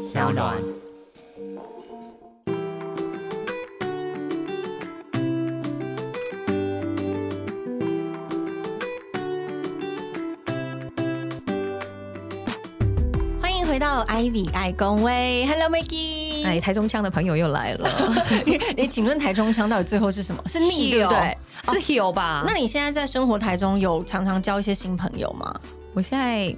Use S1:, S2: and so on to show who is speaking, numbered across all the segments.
S1: 小暖。
S2: 欢迎回到艾比爱公威，Hello Maggie。
S1: 哎，台中腔的朋友又来了，
S2: 你你请问台中腔到底最后是什么？是逆对不对？
S1: 是 Hill 吧？
S2: 那你现在在生活台中有常常交一些新朋友吗？
S1: 我现在，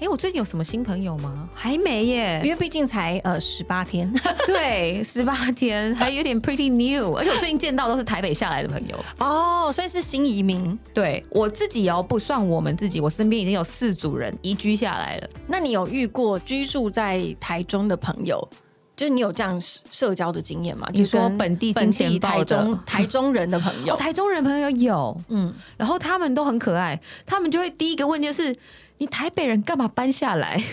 S1: 哎，我最近有什么新朋友吗？还没
S2: 因
S1: 耶。
S2: 为毕竟才呃十八天，
S1: 对，十八天还有点 pretty new，而且我最近见到都是台北下来的朋友。
S2: 哦，所以是新移民。
S1: 对我自己哦，不算我们自己，我身边已经有四组人移居下来了。
S2: 那你有遇过居住在台中的朋友？就是你有这样社社交的经验吗？
S1: 你
S2: 就跟
S1: 说本地
S2: 本
S1: 金
S2: 地
S1: 钱
S2: 台
S1: 豹的
S2: 中台中人的朋
S1: 有
S2: 友，
S1: 哦台中人朋友有，
S2: 嗯，
S1: 然后他们都很可爱，他们就会第一个问就是：你台北人干嘛搬下来？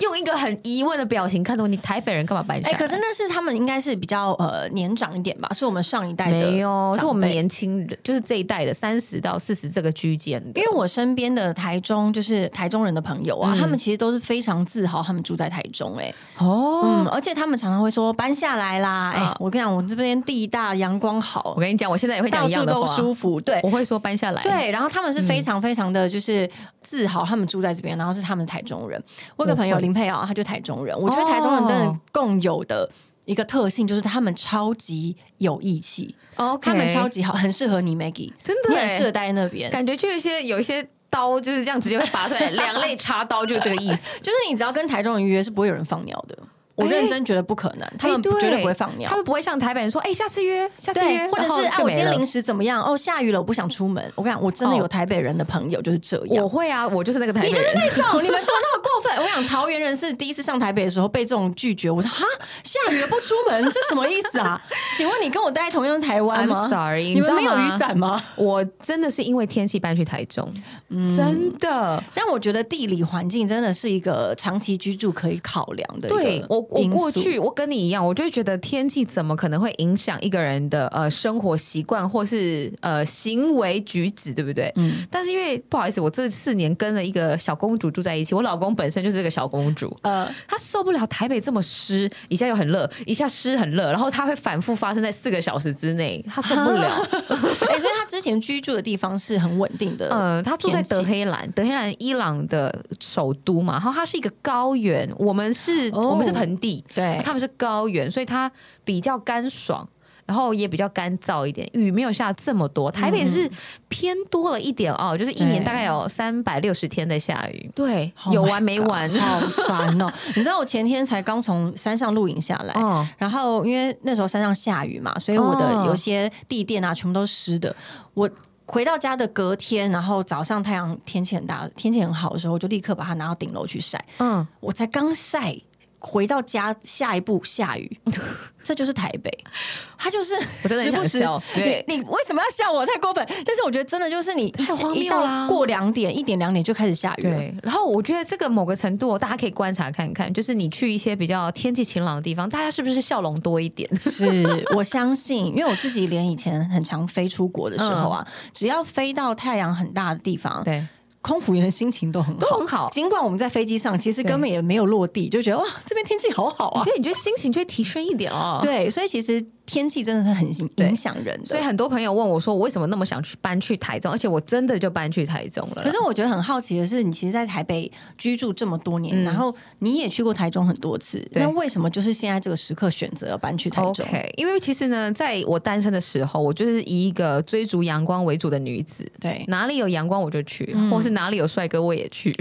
S1: 用一个很疑问的表情看着我，你台北人干嘛搬下
S2: 哎、
S1: 来？
S2: 可是那是他们应该是比较呃年长一点吧，是我们上一代的
S1: 没有，是
S2: 长
S1: 我们
S2: 辈
S1: 年轻人，就是这一代的三十到四十这个区间的
S2: 因为我身边的台中就是台中人的朋友啊，
S1: 嗯
S2: 他们其实都是非常自豪，他们住在台中、哎，
S1: 哦。
S2: 嗯，而且他们常常会说搬下来啦，哎、
S1: 啊
S2: 我跟你讲，我这边地大阳光好
S1: 我，跟你讲，我现在也会讲
S2: 到
S1: 一样
S2: 处
S1: 的
S2: 都
S1: 话，
S2: 舒服，对
S1: 我嗯会说搬下来。，
S2: 对。然后他们是非常非常的就是自豪，他们住在这边，然后是他们台中人。我有个朋友
S1: 我会哦
S2: 林佩瑶，她就台中人，我觉得台中人真的共有的。一个特性就是他们超级有义气
S1: OK，
S2: 他们超级好，很适合你 Maggie，
S1: 真的
S2: 你很
S1: 欸
S2: 适合待在那边。
S1: 感觉就有一些有一些刀就是这样直接会拔出来，两肋插刀就是这个意思。
S2: 就是你只要跟台中人约，是不会有人放鸟的。我
S1: 哎
S2: 认真觉得不可能，他们
S1: 哎对
S2: 绝对不会放鸟
S1: 他。们不会像台北人说，哎、下次约，下次约，
S2: 对，或者是
S1: 啊
S2: 啊，，我今天临时怎么样？哦，下雨了，我不想出门。我跟你讲，我真的
S1: 哦
S2: 有台北人的朋友就是这样
S1: 我。会啊，我就是那个台北
S2: 你
S1: 人，
S2: 就是那种，你们怎么那么过分？ 我想桃园人是第一次上台北的时候被这种拒绝，我说哈，下雨了不出门，这什么意思啊？ 请问你跟我待在同样的台湾
S1: I'm
S2: 吗
S1: sorry，
S2: 你们没有
S1: 你
S2: 雨
S1: 知道吗
S2: 伞吗？
S1: 我真的是因为天气搬去台中，
S2: 嗯
S1: 真的。
S2: 但我觉得地理环境真的是一个长期居住可以考量的一个
S1: 对我，我
S2: 因素
S1: 过去我跟你一样，我就会觉得天气怎么可能会影响一个人的呃生活习惯或是呃行为举止，对不对？
S2: 嗯
S1: 嗯。但是因为不好意思，我这四年跟了一个小公主住在一起，我老公本身就是个小公主，
S2: 呃，
S1: 她受不了台北这么湿，一下又很热，一下湿很热，然后她会反复发生在四个小时之内，她受不 了。
S2: 哎、所以他之前居住的地方是很稳定的，
S1: 呃，他住在
S2: 天气
S1: 德黑兰，德黑兰伊朗的首都嘛，然后它是一个高原，我们是、
S2: 哦哎
S1: 我们是盆地，
S2: 对
S1: 他们是高原，所以它比较干爽。然后也比较干燥一点，雨没有下这么多。台北
S2: 嗯
S1: 是偏多了一点哦，就是一年
S2: 对
S1: 大概有三百六十天在下雨。
S2: 哎对
S1: 有完没完
S2: 好烦 哦！你知道我前天才刚从山上露营下来。
S1: 哦，
S2: 然后，因为那时候山上下雨嘛，所以我的
S1: 哦
S2: 有些地垫啊，全部都湿的。我回到家的隔天，然后早上太阳天气很大，天气很好的时候，我就立刻把它拿到顶楼去晒。
S1: 嗯，
S2: 我才刚晒，回到家下一步下 雨，这就是台北，它就是
S1: 我真的
S2: 时
S1: 很
S2: 不
S1: 想
S2: 时
S1: 笑对
S2: 你你为什么要笑我？太过分！但是我觉得真的就是你一
S1: 太荒
S2: 一
S1: 谬
S2: 到
S1: 啦
S2: 过两点一点两点就开始下雨了，
S1: 对。然后我觉得这个某个程度、大家可以观察看看，就是你去一些比较天气晴朗的地方，大家是不是笑容多一点？
S2: 是我相信，因为我自己连以前很常飞出国的时候啊，只要飞到太阳很大的地方，
S1: 嗯 对，
S2: 空服员的心情都很好。
S1: 都很好。
S2: 尽管我们在飞机上，其实根本也没有落地，就觉得哇，这边天气好好啊
S1: 所。以你觉得心情就会提升一点哦。
S2: 对，所以其实天气真的是很影
S1: 对
S2: 影响人的。
S1: 所以很多朋友问我说，我为什么那么想去搬去台中？而且我真的就搬去台中了。
S2: 可是我觉得很好奇的是，你其实，在台北居住这么多年，然后你也去过台中很多次，
S1: 对
S2: 那为什么就是现在这个时刻选择要搬去台中
S1: OK，因为其实呢，在我单身的时候，我就是以一个追逐阳光为主的女子，
S2: 对，嗯
S1: 哪里有阳光我就去，或是哪里有帅哥我也去。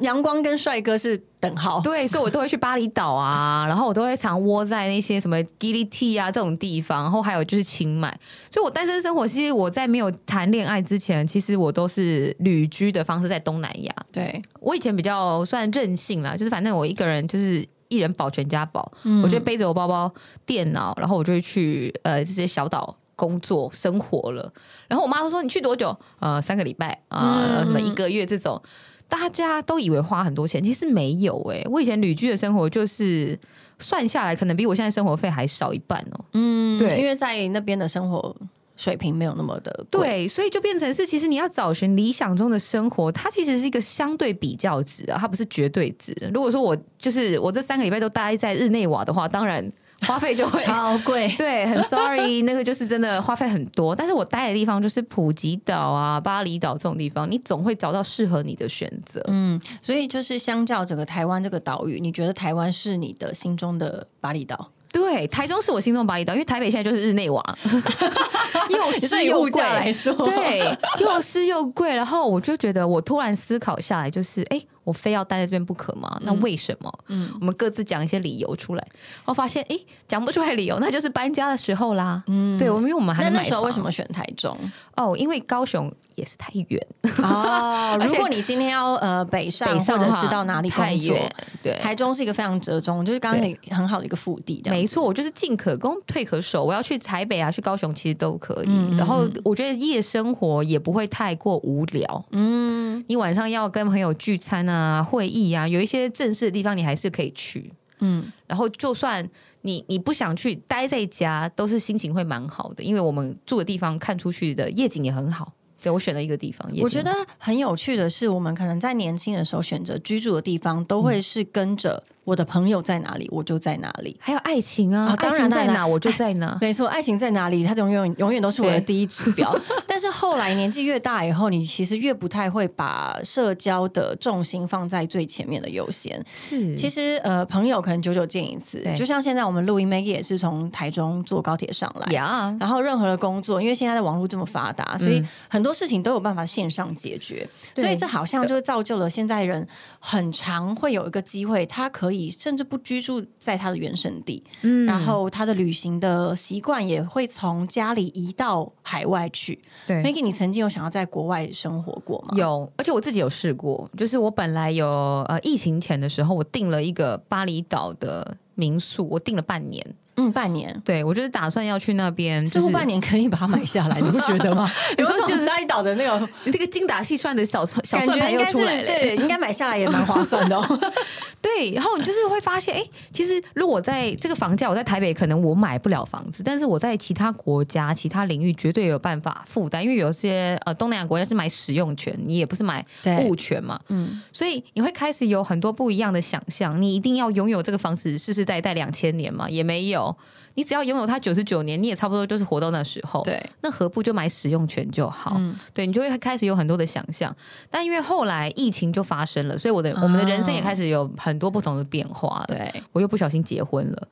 S2: 阳光跟帅哥是等号。
S1: 对，所以我都会去巴厘岛啊，然后我都会常窝在那些什么 g i l i t i 啊这种地方，然后还有就是清迈。所以我单身生活，其实我在没有谈恋爱之前，其实我都是旅居的方式在东南亚。
S2: 对，
S1: 我以前比较算任性啦，就是反正我一个人就是一人保全家保，
S2: 嗯
S1: 我就背着我包包、电脑，然后我就会去呃这些小岛工作生活了。然后我妈都说你去多久？呃，三个礼拜啊，
S2: 嗯
S1: 然后什么一个月这种。大家都以为花很多钱，其实没有诶、我以前旅居的生活就是算下来，可能比我现在生活费还少一半哦、
S2: 嗯，
S1: 对
S2: 因为在那边的生活水平没有那么的贵。
S1: 对，所以就变成是，其实你要找寻理想中的生活，它其实是一个相对比较值啊，它不是绝对值。如果说我就是我这三个礼拜都待在日内瓦的话，当然花费 就会
S2: 超贵
S1: 对，很 sorry，那个就是真的花费很多。但是我待的地方就是普吉岛啊、巴厘岛这种地方，你总会找到适合你的选择。
S2: 嗯所以就是相较整个台湾这个岛屿，你觉得台湾是你的心中的巴厘岛？
S1: 对，台中是我心中的巴厘岛，因为台北现在就是日内瓦， 又
S2: 所
S1: 湿
S2: 以
S1: 又
S2: 物
S1: 贵
S2: 价来 说，
S1: 对，又湿又贵。然后我就觉得，我突然思考下来，就是哎，诶我非要待在这边不可吗？那为什么？嗯，我们各自讲一些理由出来，然后发现哎，诶讲不出来理由，那就是搬家的时候啦。嗯，对，我们因为我们还
S2: 那
S1: 没
S2: 那
S1: 买
S2: 时候为
S1: 房
S2: 什么选台中？
S1: 哦，因为高雄也是太远，
S2: 哦，
S1: 而
S2: 如
S1: 且
S2: 果你今天要呃北上
S1: 北上
S2: 或者
S1: 的话
S2: 是到哪里
S1: 太
S2: 工作，
S1: 远，对。
S2: 台中是一个非常折中，就是刚刚很很好的一个腹地，这样
S1: 没错，我就是进可攻退可守。我要去台北啊，去高雄其实都可以。然后我觉得夜生活也不会太过无聊。嗯，你晚上要跟朋友聚餐啊、会议啊，有一些正式的地方你还是可以去。嗯，然后就算你你不想去待在家，都是心情会蛮好的，因为我们住的地方看出去的夜景也很好。对我选了一个地方，夜景
S2: 我觉得很有趣的是，我们可能在年轻的时候选择居住的地方，都会是跟着我的朋友在哪里，我就在哪里。
S1: 还有爱情啊，
S2: 啊当然
S1: 爱情在
S2: 当
S1: 哪我就在哪。
S2: 没错，爱情在哪里，它永远永远都是我的
S1: 嗯对
S2: 第一指标。但是后来年纪越大以后，你其实越不太会把社交的重心放在最前面的优先。
S1: 是，
S2: 其实呃，朋友可能久久见一次，
S1: 对
S2: 就像现在我们录音，Maggie 也是从台中坐高铁上来。
S1: 呀
S2: 然后任何的工作，因为现在的网络这么发达，所以很多事情都有办法线上解决。
S1: 嗯对
S2: 所以这好像就造就了现在人很常会有一个机会，他可以甚至不居住在他的原生地，
S1: 嗯
S2: 然后他的旅行的习惯也会从家里移到海外去。
S1: 对
S2: Maggie，你曾经有想要在国外生活过吗？
S1: 有，而且我自己有试过，就是我本来有呃疫情前的时候，我订了一个巴厘岛的民宿，我订了半年，
S2: 嗯，半年。
S1: 对我就是打算要去那边，
S2: 似
S1: 就
S2: 乎
S1: 是
S2: 半年可以把它买下来，你不觉得吗？
S1: 有时候
S2: 就
S1: 就是
S2: 是拉一岛的那个
S1: 你这个精打细算的小小
S2: 感
S1: 算
S2: 觉，
S1: 盘
S2: 应
S1: 又
S2: 该是
S1: 出来了，
S2: 对，应该买下来也蛮划算的哦。
S1: 对，然后你就是会发 现，哎、其实如果在这个房价，我在台北可能我买不了房子，但是我在其他国家、其他领域绝对有办法负担，因为有些呃东南亚国家是买使用权，你也不是买
S2: 对
S1: 物权嘛，
S2: 嗯
S1: 嗯，所以你会开始有很多不一样的想象。你一定要拥有这个房子世世代代两千年嘛？也没有，你只要拥有它九十九年，你也差不多就是活到那时候，
S2: 对，
S1: 那何不就买使用权就好？
S2: 嗯
S1: 对你就会开始有很多的想象。但因为后来疫情就发生了，所以我的、我们的人生也开始有很多不同的变化
S2: 啊
S1: 了。
S2: 对，
S1: 我又不小心结婚了，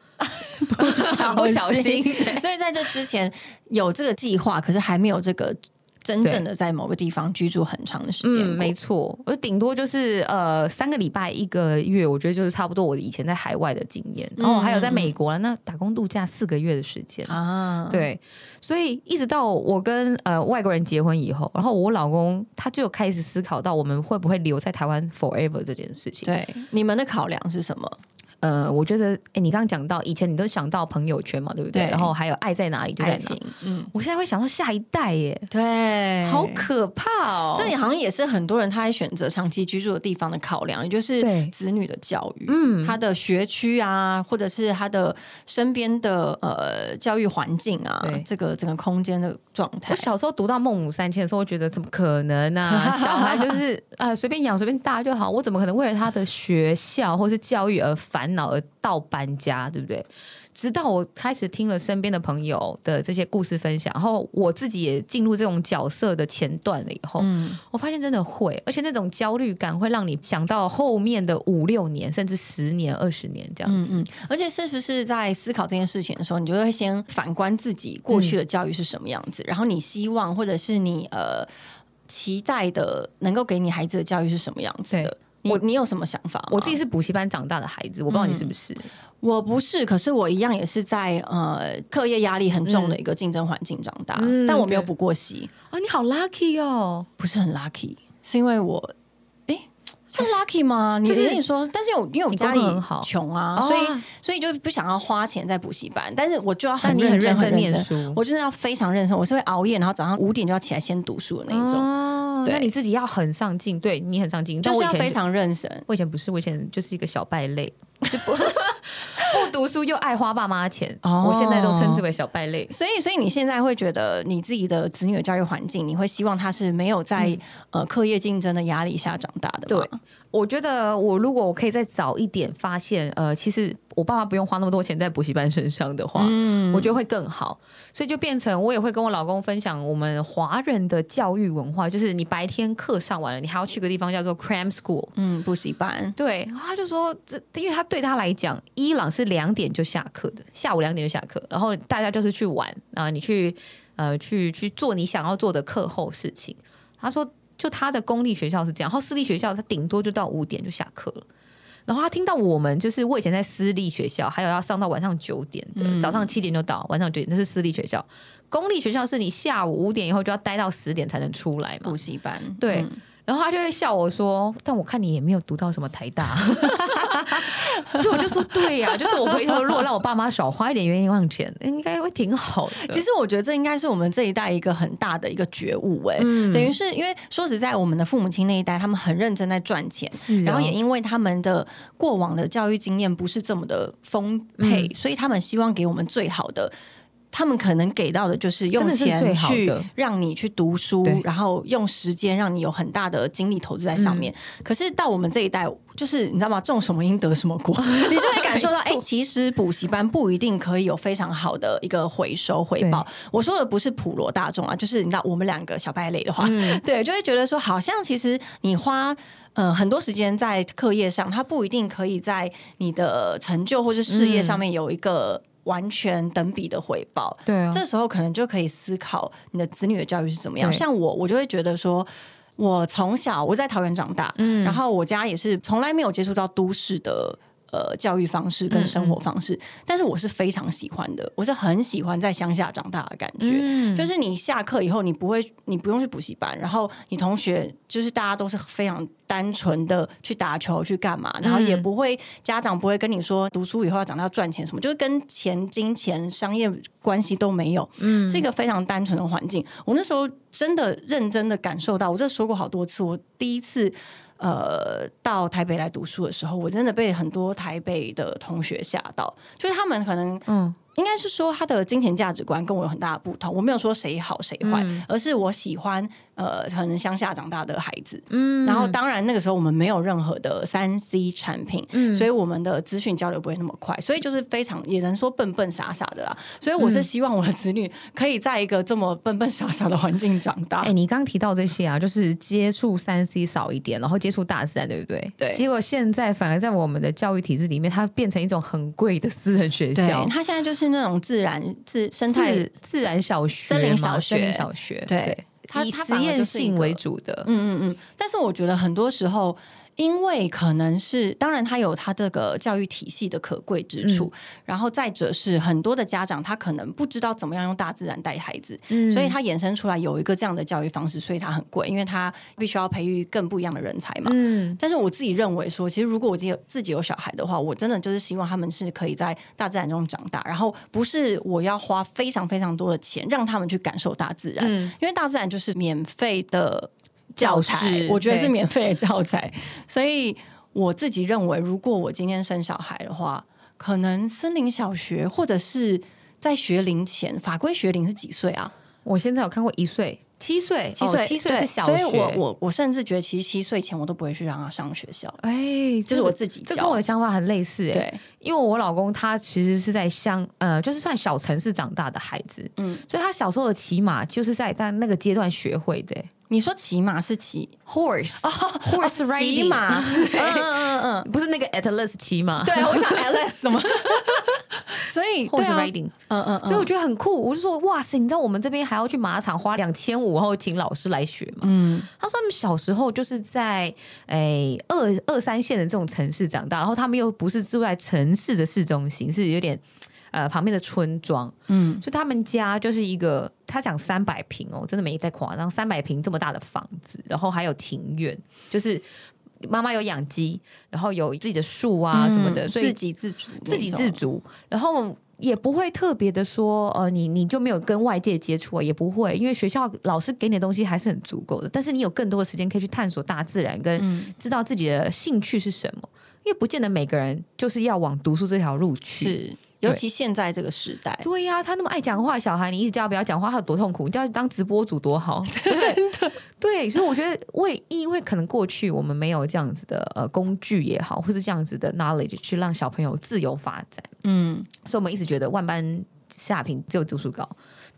S2: 不
S1: 不
S2: 小
S1: 小
S2: 心
S1: 心。
S2: 所以在这之前有这个计划，可是还没有这个真正的在某个地方居住很长的时间过、
S1: 嗯，没错，我顶多就是呃三个礼拜一个月，我觉得就是差不多我以前在海外的经验。然后我还有在美国啊那打工度假四个月的时间。
S2: 嗯啊，
S1: 对，所以一直到我跟呃外国人结婚以后，然后我老公他就开始思考到我们会不会留在台湾 forever 这件事情。
S2: 对，你们的考量是什么？
S1: 呃，我觉得，哎、你刚刚讲到以前你都想到朋友圈嘛，对不对？
S2: 对
S1: 然后还有爱在哪里就
S2: 爱
S1: 在哪
S2: 情，，嗯，
S1: 我现在会想到下一代耶，
S2: 对
S1: 好可怕哦！
S2: 这里好像也是很多人他在选择长期居住的地方的考量，也就是
S1: 对
S2: 子女的教育，
S1: 嗯
S2: 他的学区啊，或者是他的身边的呃教育环境啊
S1: 对，
S2: 这个整个空间的状态
S1: 我。小时候读到《孟母三迁》的时候，我觉得怎么可能呢、小孩 就是啊，随便养随便大就好，我怎么可能为了他的学校或是教育而烦恼而倒搬家，对不对？直到我开始听了身边的朋友的这些故事分享，然后我自己也进入这种角色的前段了以后，
S2: 嗯
S1: 我发现真的会，而且那种焦虑感会让你想到后面的五六年，甚至十年、二十年这样子。
S2: 嗯，而且是不是在思考这件事情的时候，你就会先反观自己过去的教育是什么样子，然后你希望或者是你呃期待的能够给你孩子的教育是什么样子的
S1: 对？
S2: 你
S1: 你
S2: 我你有什么想法吗？
S1: 我自己是补习班长大的孩子，我不知道你是不是。
S2: 我不是，可是我一样也是在呃课业压力很重的一个竞争环境长大，
S1: 嗯
S2: 但我没有
S1: 对
S2: 补过习，
S1: 哦，你好 lucky 哦！
S2: 不是很 lucky，是因为我哎。算 lucky 吗？你
S1: 就是
S2: 跟你说，但是我因为我
S1: 你
S2: 家
S1: 功
S2: 里
S1: 课很好
S2: 穷啊，
S1: 哦
S2: 所以所以就不想要花钱在补习班，但是我就要
S1: 但你
S2: 认
S1: 很
S2: 真、
S1: 认
S2: 很
S1: 真
S2: 认
S1: 念
S2: 真。
S1: 书，
S2: 我就是要非常认真，我是会熬夜，然后早上五点就要起来先读书的那一种，
S1: 哦、
S2: 对
S1: 那你自己要很上进，对你很上进，
S2: 就
S1: 但
S2: 是
S1: 我以
S2: 要
S1: 前
S2: 非。常认真。
S1: 我以前不是，我以前就是一个小败类，就不我不读书又爱花爸妈钱，
S2: 哦
S1: 我现在都称之为小败类。
S2: 所以，所以你现在会觉得你自己的子女的教育环境，你会希望他是没有在、呃课业竞争的压力下长大的吗？
S1: 嗯对我觉得我如果我可以再早一点发现，呃，其实我爸妈不用花那么多钱在补习班身上的话，
S2: 嗯
S1: 我觉得会更好。所以就变成我也会跟我老公分享我们华人的教育文化，就是你白天课上完了，你还要去个地方叫做 cram school。
S2: 嗯，补习班，
S1: 对，然后他就说，这因为他对他来讲，伊朗是两点就下课的，下午两点就下课，然后大家就是去玩啊，你去呃去去做你想要做的课后事情。他说，就他的公立学校是这样，然后私立学校他顶多就到五点就下课了。然后他听到我们就是我以前在私立学校，还有要上到晚上九点的，早上七点就到，晚上九点那是私立学校。公立学校是你下午五点以后就要待到十点才能出来嘛
S2: 补，习班，
S1: 对
S2: 嗯
S1: 然后他就会笑我说：“但我看你也没有读到什么台大。” 所以我就说：“对呀、就是我回头如果让我爸妈少花一点冤枉钱，应该会挺好的。”
S2: 其实我觉得这应该是我们这一代一个很大的一个觉悟、哎、
S1: 嗯
S2: 等于是因为说实在，我们的父母亲那一代，他们很认真在赚钱，
S1: 是哦
S2: 然后也因为他们的过往的教育经验不是这么的丰
S1: 嗯
S2: 沛，所以他们希望给我们最好的。他们可能给到的就是用
S1: 真的是最
S2: 钱
S1: 好
S2: 去
S1: 的
S2: 让你去读书
S1: 对，
S2: 然后用时间让你有很大的精力投资在上
S1: 嗯
S2: 面。可是到我们这一代，就是你知道吗？种什么因得什么果， 你就会感受到，
S1: 没
S2: 哎、
S1: 错
S2: 其实补习班不一定可以有非常好的一个回收回报。我说的不是普罗大众啊，就是你知道我们两个小白类的话， 对，就会觉得说，好像其实你花呃很多时间在课业上，它不一定可以在你的成就或是事业上面有一个完全等比的回报。
S1: 对啊，
S2: 这时候可能就可以思考你的子女的教育是怎么样。
S1: 对
S2: 像我，我就会觉得说。我从小我在桃园长大，然后我家也是从来没有接触到都市的呃教育方式跟生活方式，但是我是非常喜欢的，我是很喜欢在乡下长大的感觉。就是你下课以后，你不会，你不用去补习班，然后你同学就是大家都是非常单纯的去打球去干嘛，然后也不会、家长不会跟你说读书以后要长大要赚钱什么，就是跟钱、金钱、商业关系都没有，嗯，是一个非常单纯的环境。我那时候真的认真的感受到，我这说过好多次，我第一次。呃，到台北来读书的时候，我真的被很多台北的同学吓到，就是他们可能
S1: 嗯，
S2: 应该是说他的金钱价值观跟我有很大的不同。我没有说谁好谁坏，而是我喜欢呃，可能乡下长大的孩子。嗯，然后当然那个时候我们没有任何的三 C 产品，所以我们的资讯交流不会那么快，所以就是非常也能说笨笨傻傻的啦。所以我是希望我的子女可以在一个这么笨笨傻傻的环境长大。
S1: 哎、你刚提到这些啊，就是接触三 C 少一点，然后接触大自然，对不对？
S2: 对
S1: 结果现在反而在我们的教育体制里面，它变成一种很贵的私人学
S2: 对
S1: 校，
S2: 他现在就是那种自然自生态
S1: 自自然小学嘛、
S2: 森林小学
S1: 森林小学，
S2: 对它
S1: 以
S2: 它
S1: 实
S2: 反而
S1: 验
S2: 就是一
S1: 性
S2: 个
S1: 为主的，
S2: 嗯嗯嗯，但是我觉得很多时候，因为可能是当然它有它这个教育体系的可贵之处，然后再者是很多的家长他可能不知道怎么样用大自然带孩子，所以他衍生出来有一个这样的教育方式，所以它很贵，因为它必须要培育更不一样的人才嘛。
S1: 嗯，
S2: 但是我自己认为说，其实如果我自己有自己有小孩的话，我真的就是希望他们是可以在大自然中长大，然后不是我要花非常非常多的钱让他们去感受大自然，
S1: 嗯
S2: 因为大自然就是免费的教
S1: 教
S2: 材
S1: 室，
S2: 我觉得是
S1: 对
S2: 免费的教材， 所以我自己认为，如果我今天生小孩的话，可能森林小学或者是在学龄前，法规学龄是几岁啊？
S1: 我现在有看过一岁、七岁、
S2: 七
S1: 哦
S2: 岁，
S1: 七岁是
S2: 对
S1: 小
S2: 所
S1: 学。
S2: 以我我我甚至觉得，其实七岁前我都不会去让他上学校。
S1: 哎、
S2: 这
S1: 这
S2: 是
S1: 个
S2: 我自己
S1: 这
S2: 教
S1: 跟我的想法很类似、哎，
S2: 对，
S1: 因为我老公他其实是在乡呃，就是算小城市长大的孩子，
S2: 嗯
S1: 嗯，所以他小时候的骑马就是在在那个阶段学会的、哎
S2: 你说骑马是骑
S1: horse、horse
S2: 哦
S1: riding，
S2: 骑马，
S1: 对
S2: 嗯嗯嗯嗯，
S1: 不是那个 Atlas 骑马，
S2: 对，我 想 Alex 什么，所以对
S1: ，horse
S2: 啊，
S1: riding，、
S2: 嗯嗯，
S1: 所以我觉得很酷。我就说哇塞，你知道我们这边还要去马场花两千五，然后请老师来学嘛？
S2: 嗯
S1: 他说他们小时候就是在诶二二三线的这种城市长大，然后他们又不是住在城市的市中心，是有点呃旁边的村庄，
S2: 嗯
S1: 所以他们家就是一个他讲三百平哦，真的没在夸张，三百平这么大的房子，然后还有庭院，就是。妈妈有养鸡，然后有自己的树啊什么的，
S2: 嗯
S1: 所以
S2: 自给自足那种，
S1: 自给自足，然后也不会特别的说，呃，你你就没有跟外界接触啊，也不会，因为学校老师给你的东西还是很足够的，但是你有更多的时间可以去探索大自然，跟知道自己的兴趣是什么。因为不见得每个人就是要往读书这条路去。
S2: 是，尤其现在这个时代，
S1: 对呀、他那么爱讲话，小孩你一直叫他不要讲话，他有多痛苦？你叫他当直播主多好，对不对？对，所以我觉得为因为可能过去我们没有这样子的呃工具也好，或是这样子的 knowledge 去让小朋友自由发展，
S2: 嗯，
S1: 所以我们一直觉得万般下品只有读书高。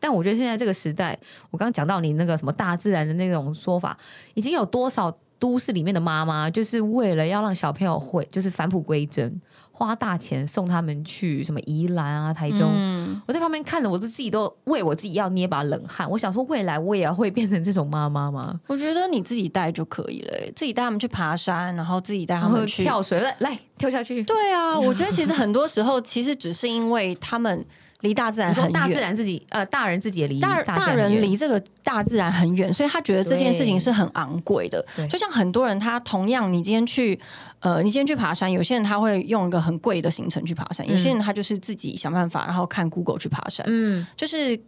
S1: 但我觉得现在这个时代，我刚刚讲到你那个什么大自然的那种说法，已经有多少都市里面的妈妈，就是为了要让小朋友回，就是返璞归真，花大钱送他们去什么宜兰啊、台中。
S2: 嗯
S1: 我在旁边看着，我都自己都为我自己要捏把冷汗。我想说，未来我也要会变成这种妈妈吗？
S2: 我觉得你自己带就可以了、欸自己带他们去爬山，然后自己带
S1: 然
S2: 他
S1: 后
S2: 们去
S1: 跳水，来来跳下去。
S2: 对啊，我觉得其 实很多时候，其实只是因为他们离大自然
S1: 你说
S2: 很
S1: 大自
S2: 远，
S1: 然自己，呃，大人自己也离
S2: 大
S1: 大
S2: 大
S1: 自然很远
S2: 人离这个大自然很远，所以他觉得这件事情
S1: 对
S2: 是很昂贵的
S1: 对。
S2: 就像很多人，他同样你今天去，呃，你今天去爬山，有些人他会用一个很贵的行程去爬山，有些人他就是自己想办法，然后看 Google 去爬山，
S1: 嗯，
S2: 就是。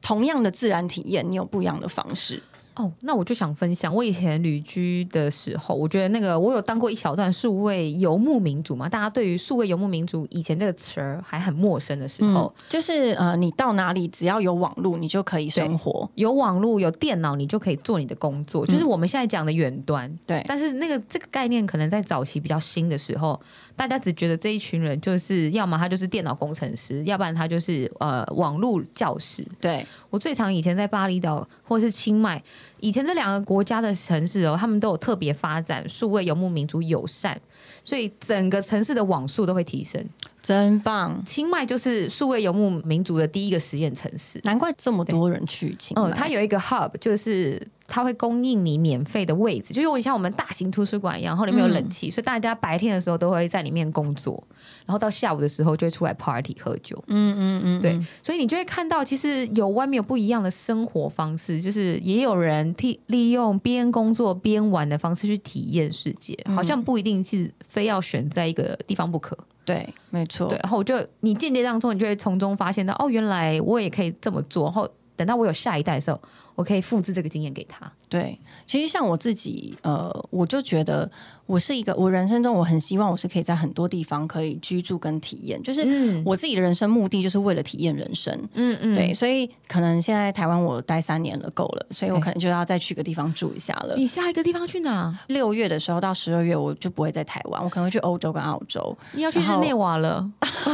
S2: 同样的自然体验，你有不一样的方式。
S1: 哦，那我就想分享，我以前旅居的时候，我觉得那个我有当过一小段数位游牧民族嘛，大家对于数位游牧民族以前这个词儿还很陌生的时候，
S2: 嗯，就是呃，你到哪里只要有网络，你就可以生活。
S1: 有网络、有电脑，你就可以做你的工作，就是我们现在讲的远端。
S2: 对
S1: 但是那个这个概念可能在早期比较新的时候，大家只觉得这一群人就是要么他就是电脑工程师，要不然他就是呃网络教师。
S2: 对，
S1: 我最常以前在巴厘岛或是清迈，以前这两个国家的城市哦，他们都有特别发展数位游牧民族友善，所以整个城市的网速都会提升。
S2: 真棒！
S1: 清迈就是数位游牧民族的第一个实验城市。
S2: 难怪这么多人去清迈。
S1: 嗯，它有一个 hub，就是它会供应你免费的位置，就有点像我们大型图书馆一样，然后里面有冷气，所以大家白天的时候都会在里面工作，然后到下午的时候就会出来 party 喝酒。
S2: 嗯嗯嗯，
S1: 对
S2: 嗯，
S1: 所以你就会看到，其实有外面有不一样的生活方式，就是也有人替利用边工作边玩的方式去体验世界，
S2: 嗯
S1: 好像不一定是非要选在一个地方不可。
S2: 对，没错
S1: 对，，然后我就你间接当中，你就会从中发现到，哦，原来我也可以这么做。然后等到我有下一代的时候，我可以复制这个经验给他。
S2: 对。其实像我自己，呃，我就觉得我是一个，我人生中我很希望我是可以在很多地方可以居住跟体验，就是
S1: 嗯
S2: 我自己的人生目的就是为了体验人生。
S1: 嗯嗯
S2: 对，。所以可能现在台湾我待三年了，够了，所以我
S1: 对
S2: 可能就要再去个地方住一下了。
S1: 你下一个地方去哪？
S2: 六月的时候到十二月，我就不会在台湾，我可能会去欧洲跟澳 洲，
S1: 你要去日内瓦了，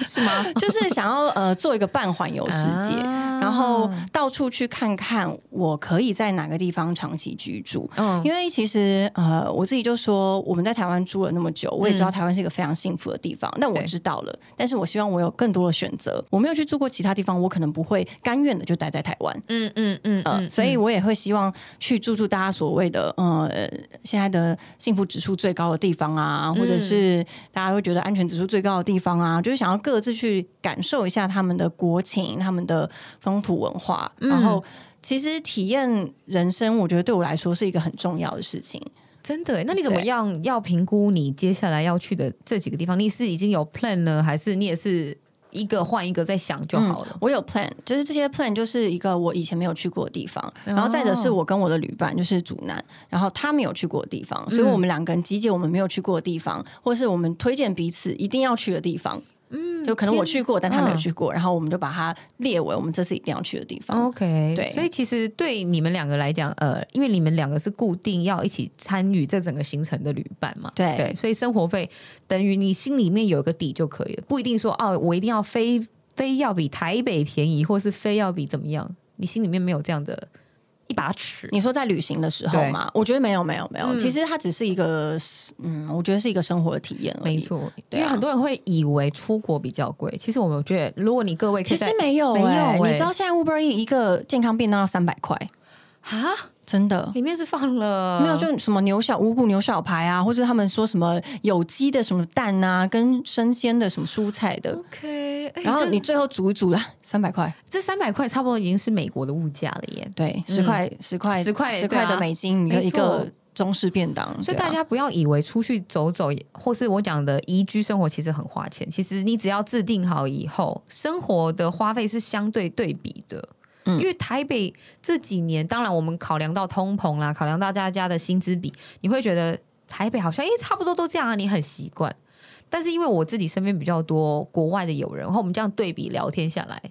S1: 是吗？
S2: 就是想要呃做一个半环游 世界。
S1: 啊
S2: 然后到处去看看，我可以在哪个地方长期居住。
S1: 嗯
S2: 因为其实呃，我自己就说我们在台湾住了那么久，我也知道台湾是一个非常幸福的地方，但我
S1: 嗯对
S2: 知道了，但是我希望我有更多的选择。我没有去住过其他地方，我可能不会甘愿的就待在台湾。
S1: 嗯嗯嗯
S2: 呃，所以我也会希望去住住大家所谓的呃现在的幸福指数最高的地方
S1: 嗯
S2: 啊，或者是大家会觉得安全指数最高的地方啊，就是想要各自去感受一下他们的国情、他们的风土文化，
S1: 嗯
S2: 然后。其实体验人生，我觉得对我来说是一个很重要的事情。
S1: 真的耶，那你怎么样要评估你接下来要去的这几个地方？你是已经有 plan 呢，还是你也是一个换一个在想就好了？
S2: 嗯我有 plan，就是这些 plan 就是一个我以前没有去过的地方，然后再者是我跟我的旅
S1: 哦
S2: 伴就是主男，然后他没有去过的地方，
S1: 嗯
S2: 所以我们两个人集结我们没有去过的地方，或是我们推荐彼此一定要去的地方。嗯，就可能我去过，但他没有去过，然后我们就把它列为我们这次一定要去的地方。
S1: 哦 OK，
S2: 嗯对
S1: 所以其实对你们两个来讲，呃，因为你们两个是固定要一起参与这整个行程的旅伴嘛，
S2: 对
S1: 所以生活费等于你心里面有一个底就可以了，不一定说哦，我一定要非非要比台北便宜，或是非要比怎么样，你心里面没有这样的一把尺。
S2: 你说在旅行的时候嘛，我觉得没有没有没有，
S1: 嗯
S2: 其实它只是一个，嗯，我觉得是一个生活的体验而已。
S1: 没，错，因
S2: 对啊
S1: 为很多人会以为出国比较贵，其实我们觉得，如果你各位可
S2: 其
S1: 以在
S2: 实没有、欸，
S1: 没有欸
S2: 你知道现在 Uber E 一个健康便当要三百块，
S1: 啊，
S2: 真的。
S1: 里面是放了
S2: 没有，就什么牛小五谷牛小排啊，或者他们说什么有机的什么蛋啊，跟生鲜的什么蔬菜的，
S1: OK，哎
S2: 然后
S1: 这
S2: 你最后煮一煮啦，三百块，
S1: 这三百块差不多已经是美国的物价了耶，
S2: 对，十块十块
S1: 10块
S2: 十
S1: 对啊
S2: 块的美金，你
S1: 没
S2: 的
S1: 错
S2: 一个中式便当，
S1: 所以
S2: 对啊
S1: 大。家不要以为出去走走，或是我讲的宜居生活，其实很花钱。其实你只要制定好以后，生活的花费是相对对比的。
S2: 嗯
S1: 因为台北这几年，当然我们考量到通膨啦，考量到大家的薪资比，你会觉得台北好像诶差不多都这样啊，你很习惯。但是因为我自己身边比较多国外的友人，然后我们这样对比聊天下来，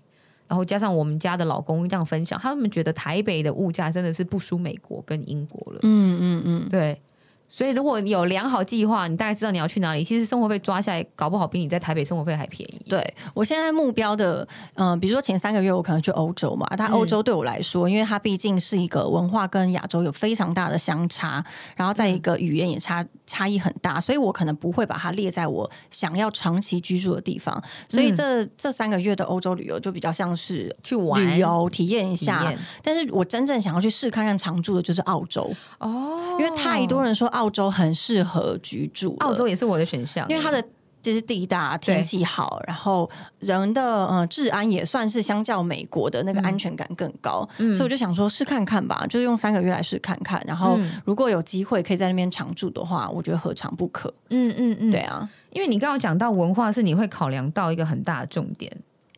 S1: 然后加上我们家的老公这样分享，他们觉得台北的物价真的是不输美国跟英国了。
S2: 嗯嗯嗯，
S1: 对，所以如果有良好计划，你大概知道你要去哪里，其实生活费抓下来，搞不好比你在台北生活费还便宜。
S2: 对我现在目标的，嗯、比如说前三个月我可能去欧洲嘛，
S1: 嗯
S2: 但欧洲对我来说，因为它毕竟是一个文化跟亚洲有非常大的相差，然后再
S1: 嗯
S2: 一个语言也差差异很大，所以我可能不会把它列在我想要长期居住的地方。所以这、这三个月的欧洲旅游就比较像是
S1: 嗯去玩
S2: 旅游体验一
S1: 体
S2: 下
S1: 验，
S2: 但是我真正想要去试看看常住的就是澳洲，
S1: 哦
S2: 因为太多人说澳洲很适合居住了，
S1: 澳洲也是我的选项，欸
S2: 因为它的就是地大，天气好，然后人的呃治安也算是相较美国的那个安全感更高，所以我就想说试看看吧，就是用三个月来试看看，然后如果有机会可以在那边常住的话，我觉得何尝不可？
S1: 嗯嗯嗯，
S2: 对，啊，
S1: 因为你刚刚讲到文化是你会考量到一个很大的重点，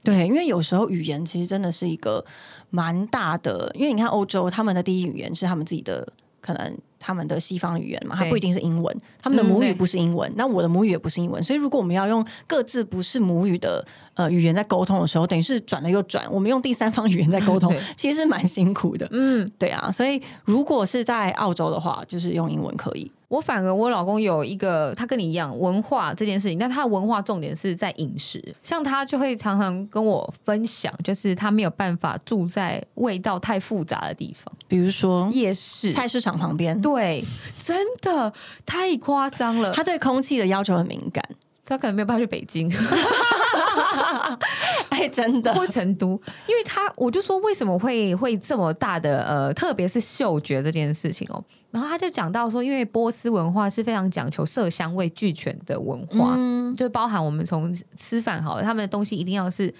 S2: 对，因为有时候语言其实真的是一个蛮大的，因为你看欧洲他们的第一语言是他们自己的可能。他们的西方语言嘛，它
S1: 对
S2: 不一定是英文，他们的
S1: 嗯
S2: 母
S1: 对
S2: 语不是英文，那我的母语也不是英文，所以如果我们要用各自不是母语的呃语言在沟通的时候，等于是转了又转，我们用第三方语言在沟通
S1: 对，
S2: 其实是蛮辛苦的，
S1: 嗯。
S2: 对啊，所以如果是在澳洲的话，就是用英文可以，
S1: 我反而我老公有一个，他跟你一样文化这件事情，但他的文化重点是在饮食。像他就会常常跟我分享，就是他没有办法住在味道太复杂的地方，
S2: 比如说
S1: 夜市。
S2: 菜市场旁边，
S1: 对，真的太夸张了。
S2: 他对空气的要求很敏感，
S1: 他可能没有办法去北京
S2: 哎，真的，
S1: 或成都，因为他我就说为什么会会这么大的呃，特别是嗅觉这件事情哦。然后他就讲到说，因为波斯文化是非常讲求色香味俱全的文化，
S2: 嗯，
S1: 就包含我们从吃饭好了，他们的东西一定要是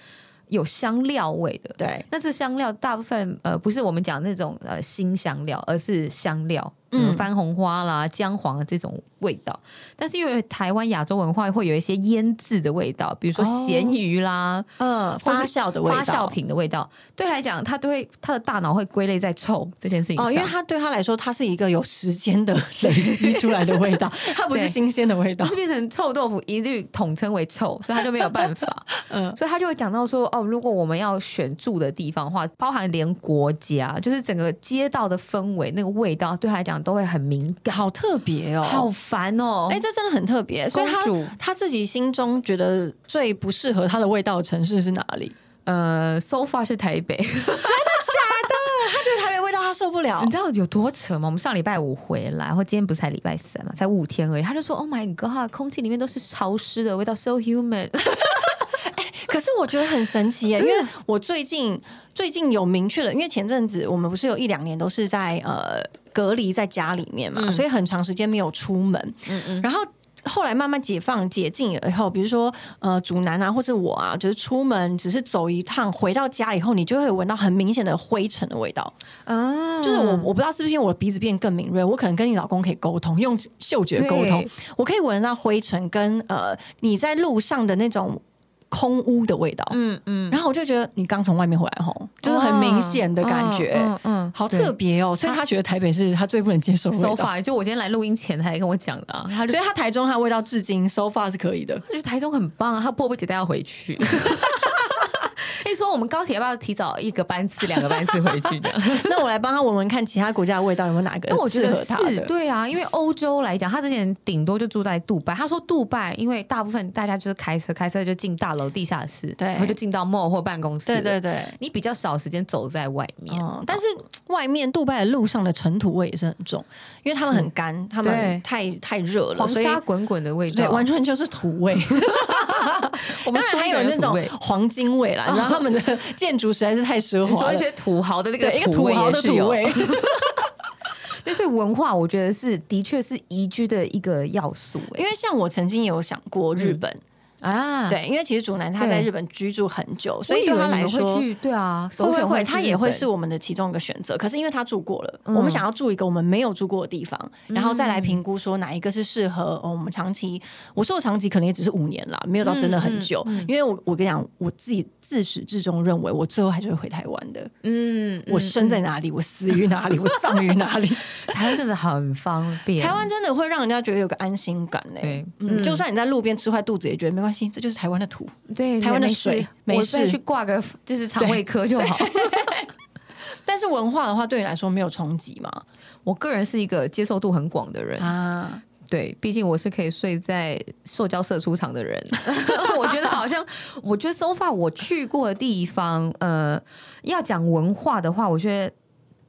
S1: 有香料味的。
S2: 对。
S1: 那这香料大部分呃不是我们讲那种呃新香料，而是香料，
S2: 嗯
S1: 嗯，番红花啦、姜黄啊这种味道。但是因为台湾亚洲文化会有一些腌制的味道，比如说
S2: 哦
S1: 咸鱼啦、
S2: 嗯，
S1: 或是
S2: 发酵的味道，
S1: 发酵品的味道，对来讲，他都会他的大脑会归类在臭这件事情上。
S2: 哦，因为它对他来说，它是一个有时间的 累积出来的味 道，它不是
S1: 对
S2: 新鲜的味道
S1: 就。是变成臭豆腐，一律统称为臭，所以他就没有办法。
S2: 嗯
S1: 所以他就会讲到说，哦，如果我们要选住的地方的话，包含连国家，就是整个街道的氛围、那个味道，对他来讲都会很敏感，
S2: 好特别哦，
S1: 好烦哦。
S2: 哎、这真的很特别。所以他
S1: 公主
S2: 他自己心中觉得最不适合他的味道的城市是哪 里？
S1: 呃，so far 是台北，
S2: 他觉得台北味道他受不了
S1: 你。知道有多扯吗？我们上礼拜五回来，然后今天不是才礼拜三嘛，才五天而已，他就说，Oh my god，空气里面都是潮湿的味道，so human。
S2: 可是我觉得很神奇耶，因为我最近最近有明确的，因为前阵子我们不是有一两年都是在呃隔离在家里面嘛，所以很长时间没有出门。
S1: 嗯嗯，
S2: 然后后来慢慢解放解禁以后，比如说呃，祖南啊，或是我啊，就是出门只是走一趟，回到家以后，你就会闻到很明显的灰尘的味道。
S1: 啊，
S2: 就是我我不知道是不是因为我的鼻子变更敏锐，我可能跟你老公可以沟通，用嗅觉沟通
S1: 对，
S2: 我可以闻到灰尘跟呃你在路上的那种空污的味道。
S1: 嗯嗯，
S2: 然后我就觉得你刚从外面回来吼，就是很明显的感觉。
S1: 嗯嗯嗯
S2: 好特别哦，所以他觉得台北是他最不能接受的
S1: 手
S2: 味道，
S1: 法，就我今天来录音前才跟我 讲的、啊，他就
S2: 所以他台中他的味道至今 so far 是可以的。
S1: 他觉得台中很棒啊，他迫不及待要回去。 跟你说，我们高铁要不要提早一个班次、两个班次回去 呢？
S2: 那我来帮他闻闻看其他国家的味道有没有哪个
S1: 那我觉
S2: 适
S1: 得
S2: 合他
S1: 是
S2: 的。
S1: 对啊，因为欧洲来讲，他之前顶多就住在杜拜。他说杜拜，因为大部分大家就是开车，开车就进大楼、地下室，
S2: 对
S1: 然后就进到 mall 或办公室。
S2: 对对，对，
S1: 你比较少时间走在外面。
S2: 嗯，但是外面杜拜的路上的尘土味也是很重，因为他们很干，他们
S1: 对
S2: 太太热了，
S1: 黄
S2: 哦所以
S1: 沙滚滚的味
S2: 对
S1: 道，
S2: 完全就是土 味。
S1: 我们
S2: 当然还
S1: 说一
S2: 有
S1: 个人
S2: 那
S1: 土
S2: 种
S1: 味
S2: 黄金味啦， 然后他们的建筑实在是太奢
S1: 你
S2: 华
S1: 说一
S2: 了，
S1: 些土豪的那个
S2: 对一个
S1: 土
S2: 土
S1: 味
S2: 豪
S1: 也
S2: 的
S1: 是
S2: 土
S1: 有
S2: 味。
S1: 对，所以文化我觉得是的确是宜居的一个要素、欸，
S2: 因为像我曾经有想过日本，
S1: 啊，，
S2: 嗯对，因为其实主男他在
S1: 对
S2: 日本居住很久，所
S1: 所以
S2: 以对
S1: 对
S2: 他
S1: 他
S2: 来
S1: 来
S2: 说
S1: 说，会去对啊，
S2: 会
S1: 首
S2: 会
S1: 选
S2: 会，
S1: 去
S2: 他也
S1: 日
S2: 会
S1: 本
S2: 是我们的其中一个选择。可是因为他住过了，
S1: 嗯
S2: 我们想要住一个我们没有住过的地方，然后再来评估说哪一个是适合、哦、我
S1: 嗯
S2: 们长期。我说我长期可能也只是五年啦，没有到真的很久。因为我我跟你讲，我自己自始至终认为我最后还是会回台湾的。
S1: 嗯，
S2: 我生在哪里，我死于哪里，我葬于哪 里。
S1: 嗯台湾真的很方便，
S2: 台湾真的会让人家觉得有个安心感呢、
S1: 对
S2: 嗯，就算你在路边吃坏肚子，也觉得没关系，这就是台湾的土。
S1: 对
S2: 台湾的
S1: 没事
S2: 水没
S1: 我再
S2: 事
S1: 去挂个就是肠胃科就好。
S2: 但是文化的话，对你来说没有冲击嘛？
S1: 我个人是一个接受度很广的人，
S2: 啊，
S1: 对，毕竟我是可以睡在塑胶射出场的 人。我觉得好像，我觉得 so far 我去过的地方，呃，要讲文化的话，我觉得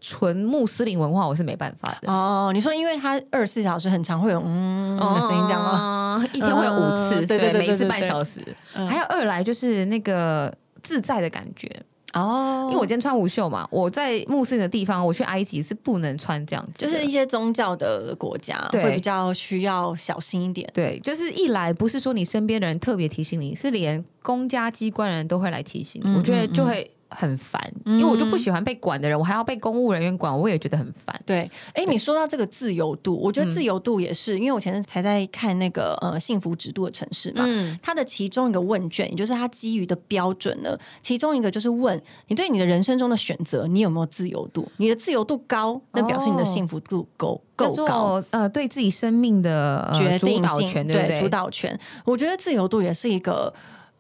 S1: 纯穆斯林文化我是没办法的。
S2: 哦，你说因为它二十四小时很长会有嗯的声音，这样吗？
S1: 嗯一天会有五次，
S2: 嗯
S1: 对
S2: 对对对
S1: 每一次
S2: 对对
S1: 半小时。
S2: 嗯
S1: 还有二来就是那个自在的感觉，
S2: 哦，
S1: 因为我今天穿无袖嘛，我在穆斯林的地方，我去埃及是不能穿这样子
S2: 就
S1: 的，
S2: 是一些宗教的国家
S1: 对
S2: 会比较需要小心一点。
S1: 对，就是一来不是说你身边的人特别提醒你，是连公家机关的人都会来提醒你，
S2: 嗯
S1: 我觉得
S2: 嗯
S1: 就会很烦，
S2: 嗯
S1: 因为我就不喜欢被管的人，我还要被公务人员管，我也觉得很烦。
S2: 对，嗯哎，你说到这个自由度，我觉得自由度也是，因为我前阵子才在看那个呃幸福指数的城市嘛，
S1: 嗯，
S2: 它的其中一个问卷，也就是它基于的标准呢，其中一个就是问你对你的人生中的选择，你有没有自由度？你的自由度高，那表示你的幸福度够
S1: 叫
S2: 够高。
S1: 做呃对自己生命的、呃
S2: 决定
S1: 主导
S2: 性
S1: 权，不对？
S2: 主导权，我觉得自由度也是一个，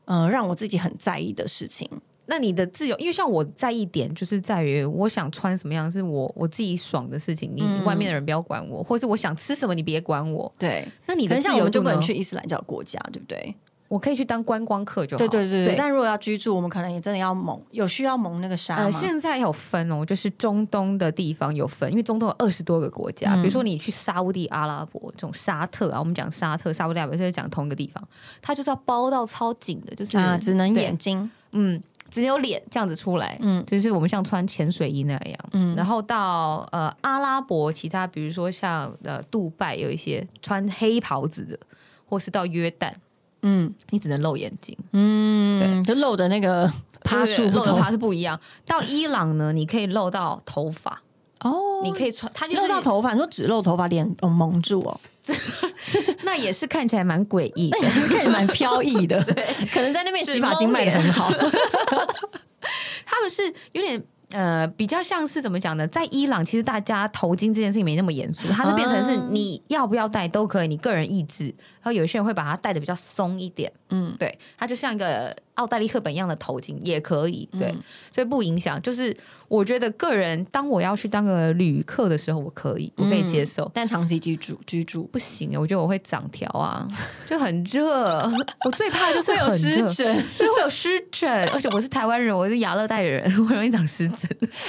S2: 呃，让我自己很在意的事情。
S1: 那你的自由，因为像我在意点，就是在于我想穿什么样是我我自己爽的事情，你
S2: 嗯
S1: 外面的人不要管我，或是我想吃什么你别管我。
S2: 对，
S1: 那你
S2: 可
S1: 的
S2: 能
S1: 自
S2: 像我
S1: 由
S2: 们就
S1: 度
S2: 不能
S1: 呢？
S2: 去伊斯兰教国家，对不对？
S1: 我可以去当观光客就好。
S2: 对对对对。但如果要居住，我们可能也真的要蒙，有需要蒙那个沙
S1: 呃，
S2: 吗？
S1: 现在有分哦，就是中东的地方有分，因为中东有二十多个国家，比如
S2: 嗯
S1: 说你去沙乌地阿拉伯这种沙特啊，我们讲沙特、沙乌地阿拉伯就是讲同一个地方，它就是要包到超紧的，就是、
S2: 啊，只能
S1: 对
S2: 眼睛。
S1: 嗯，只有脸这样子出来，嗯，就是我们像穿潜水衣那样，嗯，然后到呃阿拉伯其他，比如说像呃杜拜有一些穿黑袍子的，或是到约旦，
S2: 嗯
S1: 你只能露眼睛。
S2: 嗯，就露的那个趴
S1: 对
S2: 树
S1: 露
S2: 不
S1: 的
S2: 同
S1: 趴是不一样。到伊朗呢，你可以露到头发，
S2: 哦，
S1: 你可以穿，它就是
S2: 露到，头发，你说只露头发，脸哦蒙住哦，
S1: 那也是看起来蛮诡异的。
S2: 看起来蛮飘逸的，可能在那边洗发精卖的很 好。
S1: 他们是有点。呃，比较像是怎么讲呢？在伊朗，其实大家头巾这件事情没那么严肃，它就变成是
S2: 啊
S1: 你要不要戴都可以，你个人意志。然后有些人会把它戴的比较松一点，
S2: 嗯，
S1: 对，它就像一个奥黛丽赫本一样的头巾也可以，对，
S2: 嗯
S1: 所以不影响。就是我觉得个人，当我要去当个旅客的时候，我可以，
S2: 嗯
S1: 我可以接受。
S2: 但长期居住居住
S1: 不行，我觉得我会长条啊，就 很热。我最怕就是很热，
S2: 疹。
S1: 对，会有湿疹， 而且我是台湾人，我是亚热带人， 我很容易长湿疹。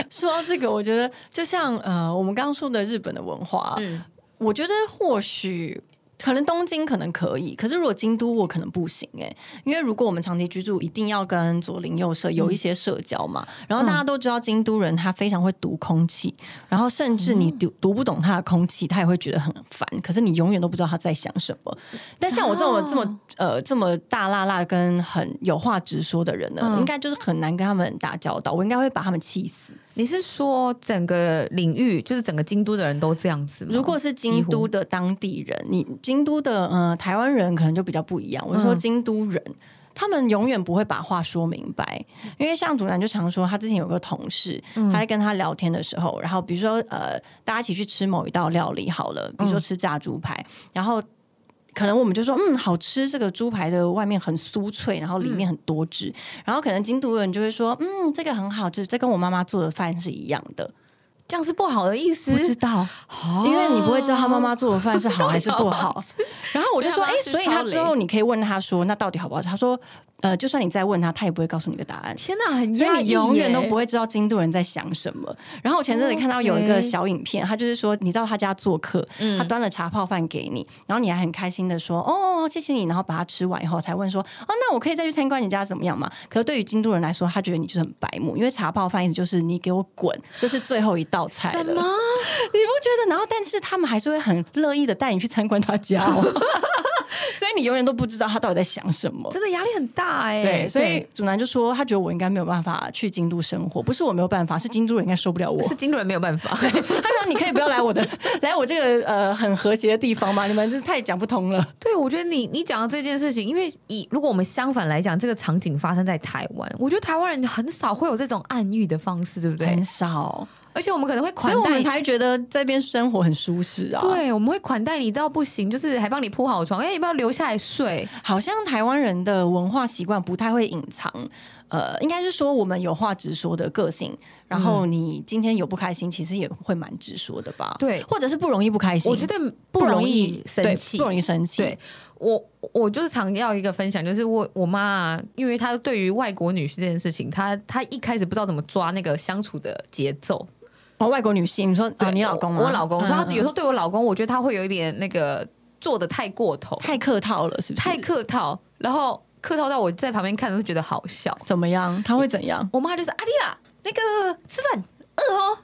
S2: 说到这个，我觉得就像呃，我们刚刚说的日本的文化，
S1: 嗯
S2: 我觉得或许。可能东京可能可以，可是如果京都我可能不行哎、因为如果我们长期居住，一定要跟左邻右舍有一些社交嘛。
S1: 嗯
S2: 然后大家都知道京都人他非常会读空气，然后甚至
S1: 哦
S2: 你读读不懂他的空气，他也会觉得很烦。可是你永远都不知道他在想什么。但像我这种
S1: 哦
S2: 这么呃这么大辣辣跟很有话直说的人呢，
S1: 嗯
S2: 应该就是很难跟他们打交道，我应该会把他们气死。
S1: 你是说整个领域，就是整个京都的人都这样子吗？
S2: 如果是京都的当地人，你京都的呃台湾人可能就比较不一样。我是说
S1: 嗯
S2: 京都人。他们永远不会把话说明白，因为像祖蓝就常说，他之前有个同事，他在跟他聊天的时候，然后比如说呃，大家一起去吃某一道料理好了，比如说吃炸猪排，然后可能我们就说嗯好吃，这个猪排的外面很酥脆，然后里面很多汁，然后可能京都人就会说嗯这个很好吃，这跟我妈妈做的饭是一样的，
S1: 这样是不好的意思
S2: 不，知道
S1: 哦
S2: 因为你不会知道他妈妈做的饭是 好还是不好。然后我就说，哎、
S1: 所
S2: 所
S1: 以
S2: 以
S1: 他妈妈
S2: 他
S1: 吃
S2: 之后你可以问他说，那到底好不好吃？他说，呃，就算你再问他，他也不会告诉你个答案。
S1: 天哪，很
S2: 所
S1: 压
S2: 以
S1: 抑
S2: 你
S1: 耶
S2: 永远都不会知道京都人在想什么。然后我前阵子看到有一个
S1: OK 嗯
S2: 小影片，他就是说，你到他家做客，他端了茶泡饭给你，然后你还很开心的说，哦，谢谢你，然后把它吃完以后才问说，哦，那我可以再去参观你家怎么样嘛？可是对于京都人来说，他觉得你就是很白目，因为茶泡饭意思就是你给我滚，这是最后一道菜
S1: 什
S2: 了。
S1: 么？
S2: 你不觉得？然后，但是他们还是会很乐意的带你去参观他家、哦，所以为你永远都不知道他到底在想什么。
S1: 真的压力很大哎、
S2: 对，所以祖南就说，他觉得我应该没有办法去京都生活，不是我没有办法，是京都人应该受不了我。
S1: 是京都人没有办法。
S2: 他说：“你可以不要来我的， 来我这个呃很和谐的地方吗？你们这太讲不通了。
S1: 对，我觉得你你讲的这件事情，因为以如果我们相反来讲，这个场景发生在台湾，我觉得台湾人很少会有这种暗喻的方式，对不对
S2: 很？少，
S1: 而且我们可能会
S2: 所
S1: 款
S2: 以我
S1: 待
S2: 们，才觉得这边生活很舒适啊。，
S1: 对，我们会款待你到不行，就是还帮你铺好床，哎、要不要留下来睡？
S2: 好像台湾人的文化习惯不太会隐藏，呃，应该是说我们有话直说的个性。然后你今天有不开心，其实也会蛮直说的吧？
S1: 对
S2: 或者是不容易不开心。
S1: 我觉得
S2: 不
S1: 不
S2: 容
S1: 容
S2: 易
S1: 易
S2: 对
S1: 生气，
S2: 不容易生气。
S1: 对，我我就是常要一个分享，就是我我妈啊，因为她对于外国女婿这件事情，她她一开始不知道怎么抓那个相处的节奏。
S2: 哦，外国女性，你说哦，你老公吗？嗯
S1: 我我老公，所以她有时
S2: 候
S1: 候对我老公，我觉得他会有一点那个做的太过头，
S2: 太客套了，是不是？
S1: 太客套，然后客套到我在旁边看都觉得好笑。
S2: 怎么样？他会怎样？
S1: 我妈就是阿迪啦，那个吃饭饿哦，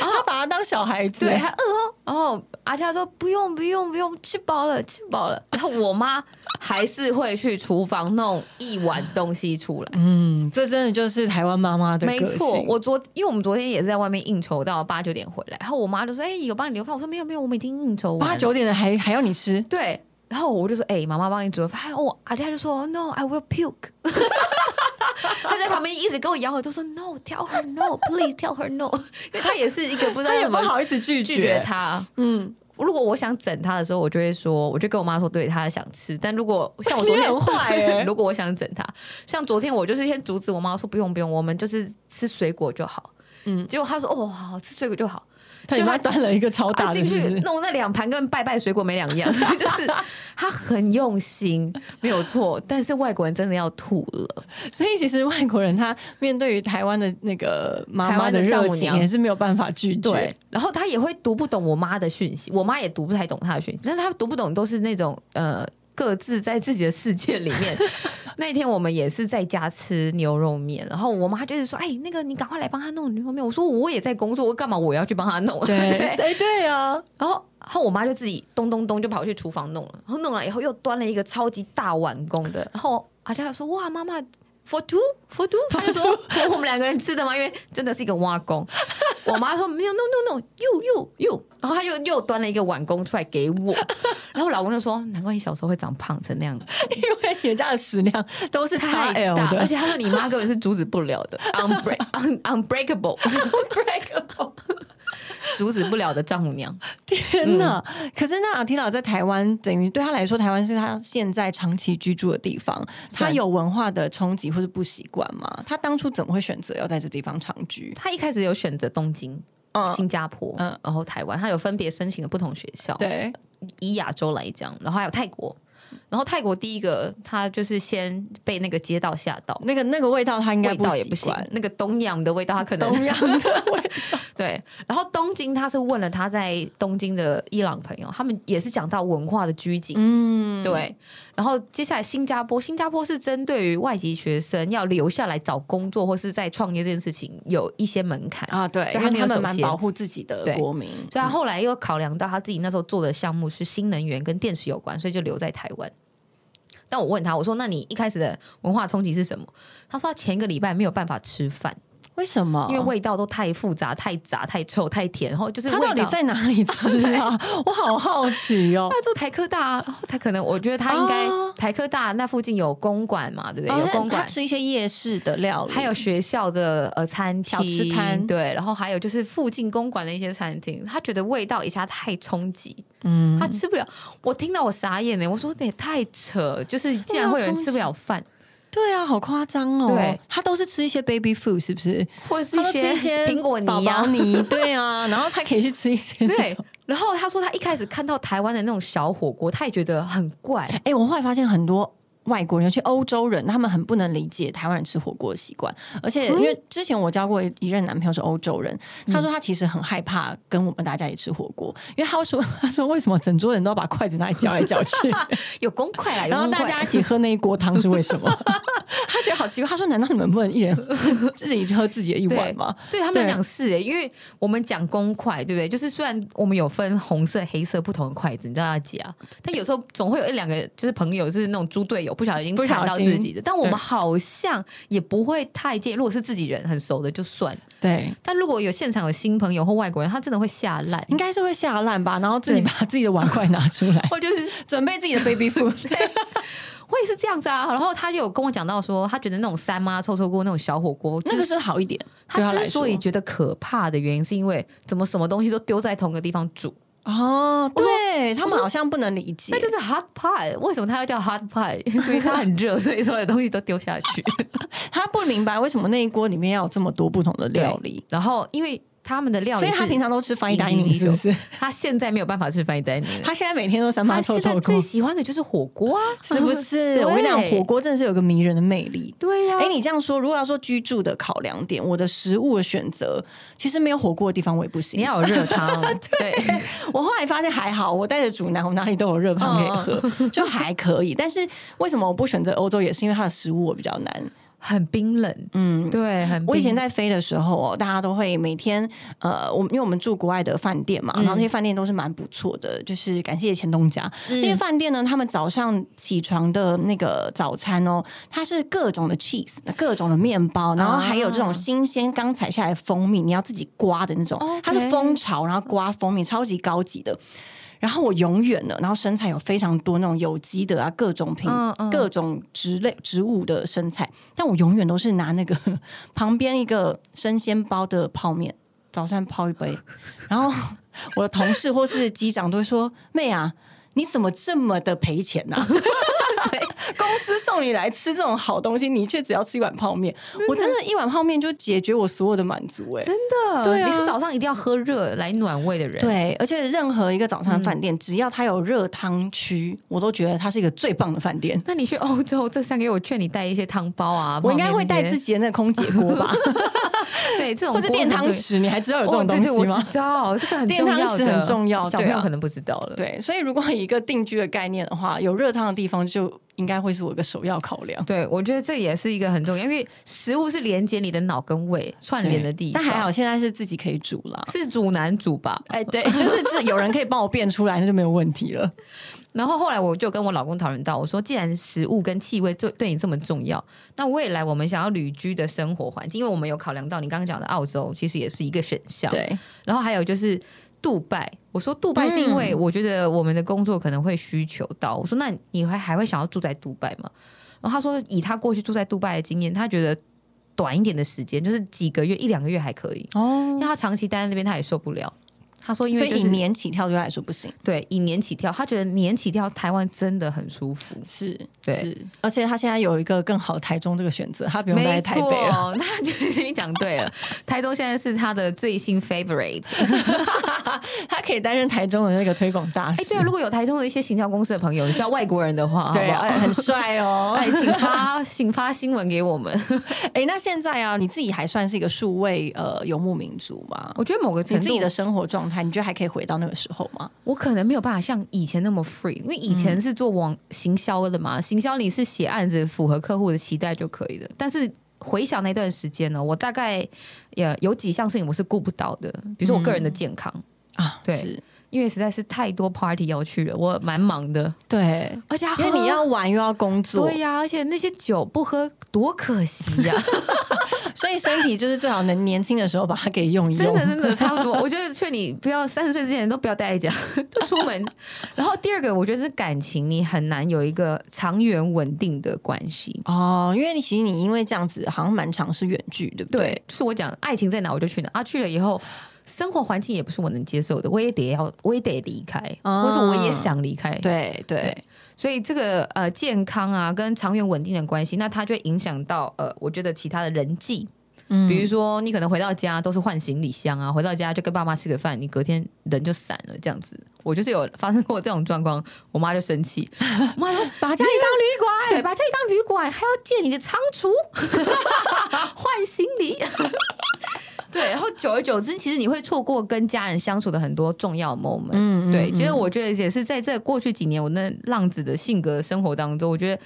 S2: 他把他当小孩子
S1: 对，还饿哦。然后阿佳说不用不用不用，吃饱了吃饱了。 然后我妈还是会去厨房弄一碗东西出 来。
S2: 嗯，这真的就是台湾妈妈的
S1: 没
S2: 个性
S1: 错，我昨因为我们昨天也是在外面应酬到八九点回来，然后我妈就说：“哎、有帮你留饭？”我说：“没有没有，我们已经应酬完了
S2: 八九点了还还要你吃，
S1: 对。”然后我就说：“哎、妈妈帮你煮了饭。”我阿爹就说：“No, I will puke。” 他在旁边一直跟我摇耳朵说：“No, tell her no, please tell her no。”因 为他也是一个不知道
S2: 他也
S1: 怎
S2: 不
S1: 么
S2: 好意思拒
S1: 拒绝。他。
S2: 嗯，
S1: 如果我想整他的时候，我就会说，我就跟我妈说，对他想吃。但如果像我 昨
S2: 你
S1: 天
S2: 很坏欸
S1: 如果我想整他，像昨天我就是先阻止我妈说不用不用，我们就是吃水果就
S2: 嗯
S1: 好。嗯，结果她说哦好好吃水果就好，
S2: 他给
S1: 就
S2: 他
S1: 他
S2: 端了一个超大的，
S1: 她进
S2: 是不
S1: 去
S2: 是？
S1: 弄那两盘跟拜拜水果没两样， 就是她很用心，没有错。但是外国人真的要吐了，
S2: 所以其实外国人他面对于台湾的那个妈
S1: 台
S2: 妈
S1: 湾的丈
S2: 热
S1: 母
S2: 情
S1: 娘
S2: 也是没有办法拒绝
S1: 对。。然后她也会读不懂我妈的讯息，我妈也读不太懂她的讯息，但是她读不懂都是那种呃。各自在自己的世界里面。那天我们也是在家吃牛肉面，然后我妈就是说：“哎，那个你赶快来帮她弄牛肉面。”我说：“我也在工作，我干嘛我要去帮她弄？”
S2: 对对对啊，
S1: 然后，然后我妈就自己咚咚咚就跑去厨房弄了，然后弄了以后又端了一个超级大碗公的，然后阿佳就说：“哇，妈妈，for two for two。”她就 说：“我们两个人吃的嘛，因为真的是一个挖工。”我妈说：“没有，no no no，又又又。”然后她又又端了一个碗公出来给我，然后我老公就说：“难怪你小时候会长胖成那样子，
S2: 因为人家的食量都是 x
S1: 太
S2: L
S1: 大。”而
S2: 的
S1: 且她说：“你妈根本是阻止不了的，unbreak un unbreakable，
S2: ，unbreakable。
S1: 阻止不了的丈母娘。
S2: 天哪！嗯可是那阿提老在台湾，等于对他来说，台湾是他现在长期居住的地方。他有文化的冲击或是不习惯吗？他当初怎么会选择要在这地方长居”？
S1: 她一开始有选择东京，
S2: 嗯，
S1: 新加坡，
S2: 嗯
S1: 然后台湾，他有分别申请了不同学校。
S2: 对，
S1: 以亚洲来讲，然后还有泰国，然后泰国第一个他就是先被那个街道吓到，
S2: 那个那个味道他应该
S1: 味道也
S2: 习
S1: 不行
S2: 惯，。
S1: 那个东洋的味道他可能
S2: 东洋 的味道，
S1: 对。然后东京他是问了他在东京的伊朗朋友，他们也是讲到文化的拘谨。
S2: 嗯，
S1: 对，然后接下来新加坡，新加坡是针对于外籍学生要留下来找工作或是在创业这件事情有一些门槛
S2: 啊，对，因
S1: 所以
S2: 为
S1: 他没
S2: 他
S1: 有
S2: 们
S1: 首
S2: 蛮
S1: 先
S2: 保护自己的
S1: 对
S2: 国民，嗯
S1: 所以他后来又考量到他自己那时候做的项目是新能源跟电池有关，所以就留在台湾。但我问他，我说：“那你一开始的文化冲击是什么？”他说：“他前一个礼拜没有办法吃饭，
S2: 为什么？
S1: 因为味道都太复杂、太杂、太臭、太甜，然后就是
S2: 哦他
S1: 味
S2: 到底
S1: 道
S2: 在哪里吃 啊？我好好奇哦。
S1: 他住台科大、啊，然后他可能我觉得他应该、
S2: 哦
S1: 台科大那附近有公馆嘛，对不对？
S2: 哦
S1: 有
S2: 那
S1: 公
S2: 他
S1: 馆。”
S2: 吃一些夜市的料理，
S1: 还有学校的呃餐厅
S2: 小吃摊
S1: 对，然后还有就是附近公馆的一些餐厅，他觉得味道一下太冲击，
S2: 嗯，
S1: 他吃不了。我听到我傻眼欸呢、我说这也太扯，就是竟然会有人吃不了饭，
S2: 对啊，好夸张哦！
S1: 对，
S2: 他都是吃一些 baby food，是不是？
S1: 或者是
S2: 他都
S1: 一
S2: 吃
S1: 些
S2: 一些
S1: 苹果
S2: 宝
S1: 泥呀、
S2: 宝 泥，啊对啊，然后他可以去吃一些那
S1: 对
S2: 种。，
S1: 然后他说他一开始看到台湾的那种小火锅，他也觉得很 怪。
S2: 哎、我后来发现很多。外国人，尤其欧洲人，他们很不能理解台湾人吃火锅的习惯。而且，因为之前我交过一任男朋友是欧洲人，他说他其实很害怕跟我们大家一起吃火锅，因为他说 他说为什么整桌人都要把筷子拿来搅来搅去，
S1: 有公筷啦，有
S2: 然后
S1: 公
S2: 大
S1: 筷
S2: 家一起喝那一锅汤是为什么？他觉得好奇怪，他说：“难道你们不能一人自己喝 自己的一
S1: 对
S2: 碗吗？”
S1: 对他们来
S2: 对
S1: 讲是耶，因为我们讲公筷，对不对？就是虽然我们有分红色、黑色不同的筷子，你知道要夹，但有时候总会有一两个就是朋友是那种猪队友，不小心
S2: 不小
S1: 踩到
S2: 心
S1: 自己的。但我
S2: 对
S1: 们好像也不会太介意，如果是自己人很熟的就算，
S2: 对，
S1: 但如果有现场有新朋友或外国人，他真的会吓烂。
S2: 应该是会下烂吧，然后自己
S1: 对，
S2: 把自己的碗筷拿出来
S1: 或就是
S2: 准备自己的 baby food。
S1: 我也是这样子啊，然后他就有跟我讲到说，他觉得那种三妈臭臭锅那种小火锅，
S2: 那个是好一点，对
S1: 他
S2: 来
S1: 之
S2: 说
S1: 所以觉得可怕的原因，是因为怎么什么东西都丢在同个地方煮，
S2: 哦，对他们好像不能理解
S1: 那，就是 hot pie。为什么它要叫 hot pie？因为它很热，所以所有东西都丢下 去。
S2: 他不明白为什么那一锅里面要有这么多不同的料理，
S1: 然后，因为他们的料理
S2: 所
S1: 是，
S2: 以他平常都吃翻译单
S1: 饮
S2: 饮，
S1: 饮
S2: 是不是？
S1: 他现在没有办法吃翻译单宁，
S2: 他现在每天都三
S1: 他
S2: 八
S1: 现
S2: 臭
S1: 在
S2: 臭
S1: 最
S2: 锅，
S1: 喜欢的就是火锅啊，
S2: 是不 是？
S1: 对
S2: 我跟你讲，火锅真的是有个迷人的魅力。
S1: 对啊呀、
S2: 哎，你这样说，如果要说居住的考量点，我的食物的选择，其实没有火锅的地方我也不行。
S1: 你要有 热汤，对，
S2: 我后来发现还好，我带着煮南，我哪里都有热汤可以喝，就还可以。但是为什么我不选择欧洲，也是因为它的食物我比较难。
S1: 很冰冷，
S2: 嗯，
S1: 对，很冰。
S2: 我以前在飞的时候哦，大家都会每天呃，我们因为我们住国外的饭店嘛，
S1: 嗯
S2: 然后那些饭店都是蛮不错的，就是感谢前东家。
S1: 嗯
S2: 那些饭店呢，他们早上起床的那个早餐哦，它是各种的 cheese，各种的面包，然后还有这
S1: 啊
S2: 种新鲜刚采下来的蜂蜜，你要自己刮的那种
S1: 哦 OK，
S2: 它是蜂巢，然后刮蜂蜜，超级高级的。然后我永远的，然后生菜有非常多那种有机的啊，各种品、
S1: 嗯嗯
S2: 各种植类、植物的生菜，但我永远都是拿那个 旁边一个生鲜包的泡面，早上泡一杯，然后我的同事或是机长都会说：“妹啊，你怎么这么的赔钱呐、啊？”公司送你来吃这种好东西，你却只要吃一碗泡面，我真的，一碗泡面就解决我所有的满足、欸，
S1: 真的，
S2: 对啊
S1: 你是早上一定要喝热来暖胃的人，
S2: 对，而且任何一个早餐饭店，只要它有热汤区，我都觉得它是一个最棒的饭店。
S1: 那你去欧洲这三个月，我劝你带一些汤包啊，
S2: 我应该会带
S1: 泡面
S2: 自己的那个空姐锅吧，
S1: 那些对这种
S2: 或者
S1: 锅
S2: 电汤
S1: 很重
S2: 匙，你还知道有这
S1: 哦，
S2: 种
S1: 对
S2: 东
S1: 对，
S2: 西
S1: 我
S2: 吗？
S1: 知道这个很
S2: 电
S1: 重
S2: 汤
S1: 要
S2: 匙
S1: 的，
S2: 很重要
S1: 小
S2: 对
S1: 朋友
S2: 啊
S1: 可能不知道了。
S2: 对，所以如果以一个定居的概念的话，有热汤的地方就应该会是我一个首要考量。
S1: 对，我觉得这也是一个很重要，因为食物是连接你的脑跟胃串联的地
S2: 但
S1: 方。
S2: 还好现在是自己可以煮啦。
S1: 是主男主吧。
S2: 哎，对， 就是自有人可以帮我变出来，那就没有问题了。
S1: 然后后来我就跟我老公讨论到，我说既然食物跟气味这对你这么重要，那未来我们想要旅居的生活环境，因为我们有考量到你刚刚讲的澳洲，其实也是一个选项。，
S2: 对，
S1: 然后还有就是杜拜，我说杜拜是因为我觉得我们的工作可能会需求到。我说那你还还会想要住在杜拜吗？然后他说以他过去住在杜拜的经验，他觉得短一点的时间，就是几个月一两个月还可以，因
S2: 哦，
S1: 为他长期待在那边他也受不了。他说因
S2: 所
S1: 为就
S2: 以以
S1: 是
S2: 年起跳对他来说不行。
S1: 对以年起跳，他觉得年起跳台湾真的很舒服。
S2: 是，
S1: 对
S2: 是，而且他现在有一个更好的台中这个选择，他不用待在台北了。
S1: 没错， 他觉得你讲对了。台中现在是他的最 新 favorite，
S2: 他可以担任台中的那个推广大
S1: 哎、
S2: 使，
S1: 对，如果有台中的一些行销公司的朋友，你需要外国人的话，
S2: 对
S1: 好不
S2: 啊，
S1: 好？
S2: 很帅 哦。
S1: 哎，请发请发新闻给我 们。
S2: 哎，那现在啊，你自己还算是一个数位呃游牧民族吗？
S1: 我觉得某个
S2: 你
S1: 程
S2: 自
S1: 度
S2: 己的，生活状态，你觉得还可以回到那个时候吗？
S1: 我可能没有办法像以前那么 free，因为以
S2: 嗯
S1: 前是做网行销的嘛，行销你是写案子符合客户的期待就可以了。但是回想那段时间呢，我大概也有几项事情我是顾不到的，比如说我个
S2: 嗯
S1: 人的健康，
S2: 啊，
S1: 对
S2: 是，
S1: 因为实在是太多 party 要去了，我蛮忙的，
S2: 对，
S1: 而且
S2: 因为你。要玩又要工作
S1: 啊对，呀、而且那些酒不喝多可惜呀、
S2: 所以身体就是最好能年轻的时候把它给用一
S1: 真
S2: 用
S1: 的。真的 差不多。我觉得劝你不要三十岁之前都不要待在家， 就出门。然后第二个，我觉得是感情，你很难有一个长远稳定的关系。
S2: 哦，因为你其实你因为这样子好像蛮长是远距，对不
S1: 对，就是我讲爱情在哪我就去哪啊，去了以后。生活环境也不是我能接受的，我也得要，我也得离开，
S2: 啊
S1: 或者我也想离开。，
S2: 对对
S1: 对，所以这个呃健康啊，跟长远稳定的关系，那它就会影响到呃，我觉得其他的人际，
S2: 嗯
S1: 比如说你可能回到家都是换行李箱啊，回到家就跟爸妈吃个饭，你隔天人就散了这样子。我就是有发生过这种状况，我妈就生气，我妈说
S2: 把家里当旅馆，
S1: 对，把家里当旅馆，还要借你的仓 储换行李。 对，然后久而久之，其实你会错过跟家人相处的很多重要 moment。
S2: 嗯嗯
S1: 对，
S2: 嗯
S1: 其实我觉得也是在这过去几年我那浪子的性格生活当中，我觉得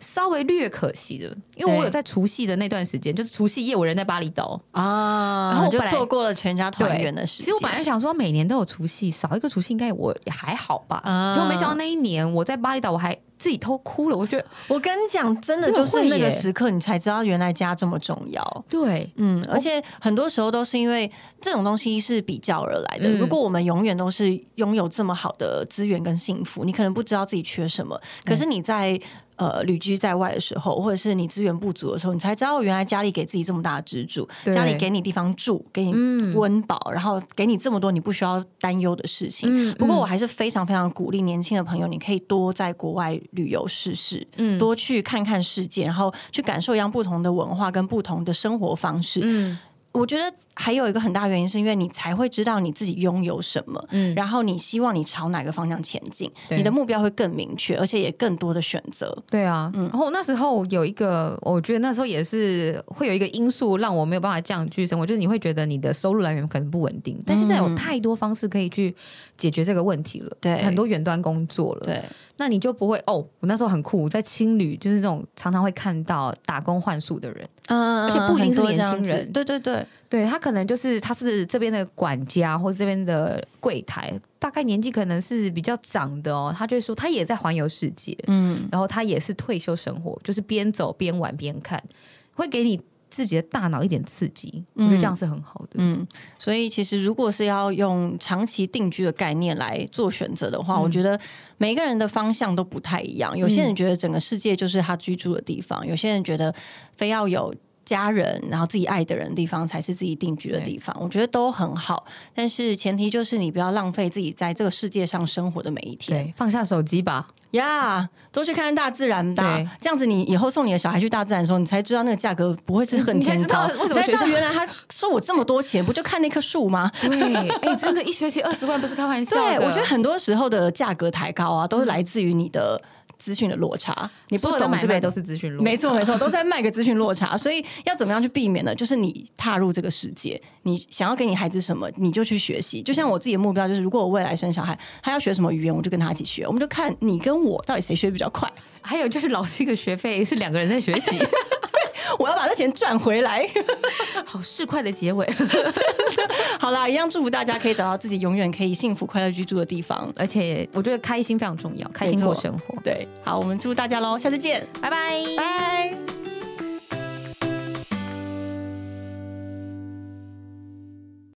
S1: 稍微略可惜的，因为我有在除夕的那段时间，就是除夕夜我人在巴厘岛，
S2: 啊，
S1: 然后我
S2: 就
S1: 本来
S2: 错过了全家团
S1: 对
S2: 圆的时
S1: 其
S2: 间。
S1: 实我本来想说每年都有除夕，少一个除夕应该我也还好吧。
S2: 啊
S1: 结果没想到那一年我在巴厘岛，我还自己偷哭了。我觉得
S2: 我跟你讲，真的
S1: 真的
S2: 就是
S1: 会
S2: 那个
S1: 耶
S2: 时刻，你才知道原来家这么重要。
S1: 对，
S2: 嗯，而且很多时候都是因为这种东西是比较而来的。
S1: 嗯
S2: 如果我们永远都是拥有这么好的资源跟幸福，你可能不知道自己缺什么。
S1: 嗯
S2: 可是你在呃旅居在外的时候，或者是你资源不足的时候，你才知道原来家里给自己这么大的支柱，
S1: 对
S2: 家里给你地方住，给你
S1: 嗯
S2: 温饱，然后给你这么多你不需要担忧的事情。
S1: 嗯
S2: 不过我还是非常非常鼓励年轻的朋友，你可以多在国外旅游试试，
S1: 嗯
S2: 多去看看世界，然后去感受一样不同的文化跟不同的生活方式。
S1: 嗯
S2: 我觉得还有一个很大原因，是因为你才会知道你自己拥有什么，
S1: 嗯
S2: 然后你希望你朝哪个方向前进，
S1: 对
S2: 你的目标会更明确，而且也更多的选择。
S1: 对啊，
S2: 嗯
S1: 然后那时候有一个，我觉得那时候也是会有一个因素让我没有办法这样去生活，就是你会觉得你的收入来源可能不稳定，但现在有太多方式可以去解决这个问题了，
S2: 嗯对
S1: 很多远端工作了，，
S2: 对，
S1: 那你就不会哦，我那时候很酷，在青旅就是那种常常会看到打工换宿的人，
S2: 嗯
S1: 而且不一定是
S2: 很多这样
S1: 年轻人
S2: 子对对对，
S1: 对他可能就是他是这边的管家或这边的柜台，大概年纪可能是比较长的哦，他就会说他也在环游世界，
S2: 嗯，
S1: 然后他也是退休生活，就是边走边玩边看，会给你自己的大脑一点刺激，我觉得这样是很好的。
S2: 嗯，所以其实如果是要用长期定居的概念来做选择的话，我觉得每个人的方向都不太一样。有些人觉得整个世界就是他居住的地方，有些人觉得非要有。家人，然后自己爱的人的地方才是自己定居的地方，我觉得都很好。但是前提就是你不要浪费自己在这个世界上生活的每一天
S1: 对，放下手机吧。
S2: 呀多去看看大自然吧
S1: 对。
S2: 这样子，你以后送你的小孩去大自然的时候，你才知道那个价格不会是很
S1: 你才
S2: 天
S1: 知
S2: 高
S1: 道，为什
S2: 你
S1: 么
S2: 才知
S1: 学
S2: 道
S1: 校
S2: 原来他收我这么多钱，不就看那棵树 吗？
S1: 对，哎、真的，一学期二十万不是开玩笑
S2: 对，
S1: 的。
S2: 我觉得很多时候的价格抬高啊，都是来自于你的资讯的落差，你不
S1: 所有的
S2: 懂
S1: 买
S2: 这边
S1: 卖都。是资讯录，
S2: 没错，没错，都在卖个资讯落差，所以要怎么样去避免呢？就是你踏入这个世界，你想要给你孩子什么，你就去学习。就像我自己的目标，就是如果我未来生小孩，他要学什么语言，我就跟他一起学。我们就看你跟我到底谁学比较快，
S1: 还有就是老师一个学费是两个人在学习，
S2: 我要把这钱赚回来。
S1: 好市侩的 结尾，
S2: 好啦，一样祝福大家可以找到自己永远可以幸福快乐居住的地方。
S1: 而且我觉得开心非常重要，开
S2: 没
S1: 心
S2: 错
S1: 过生活。
S2: 对，好，我们祝大家喽，下次见，
S1: 拜拜，拜。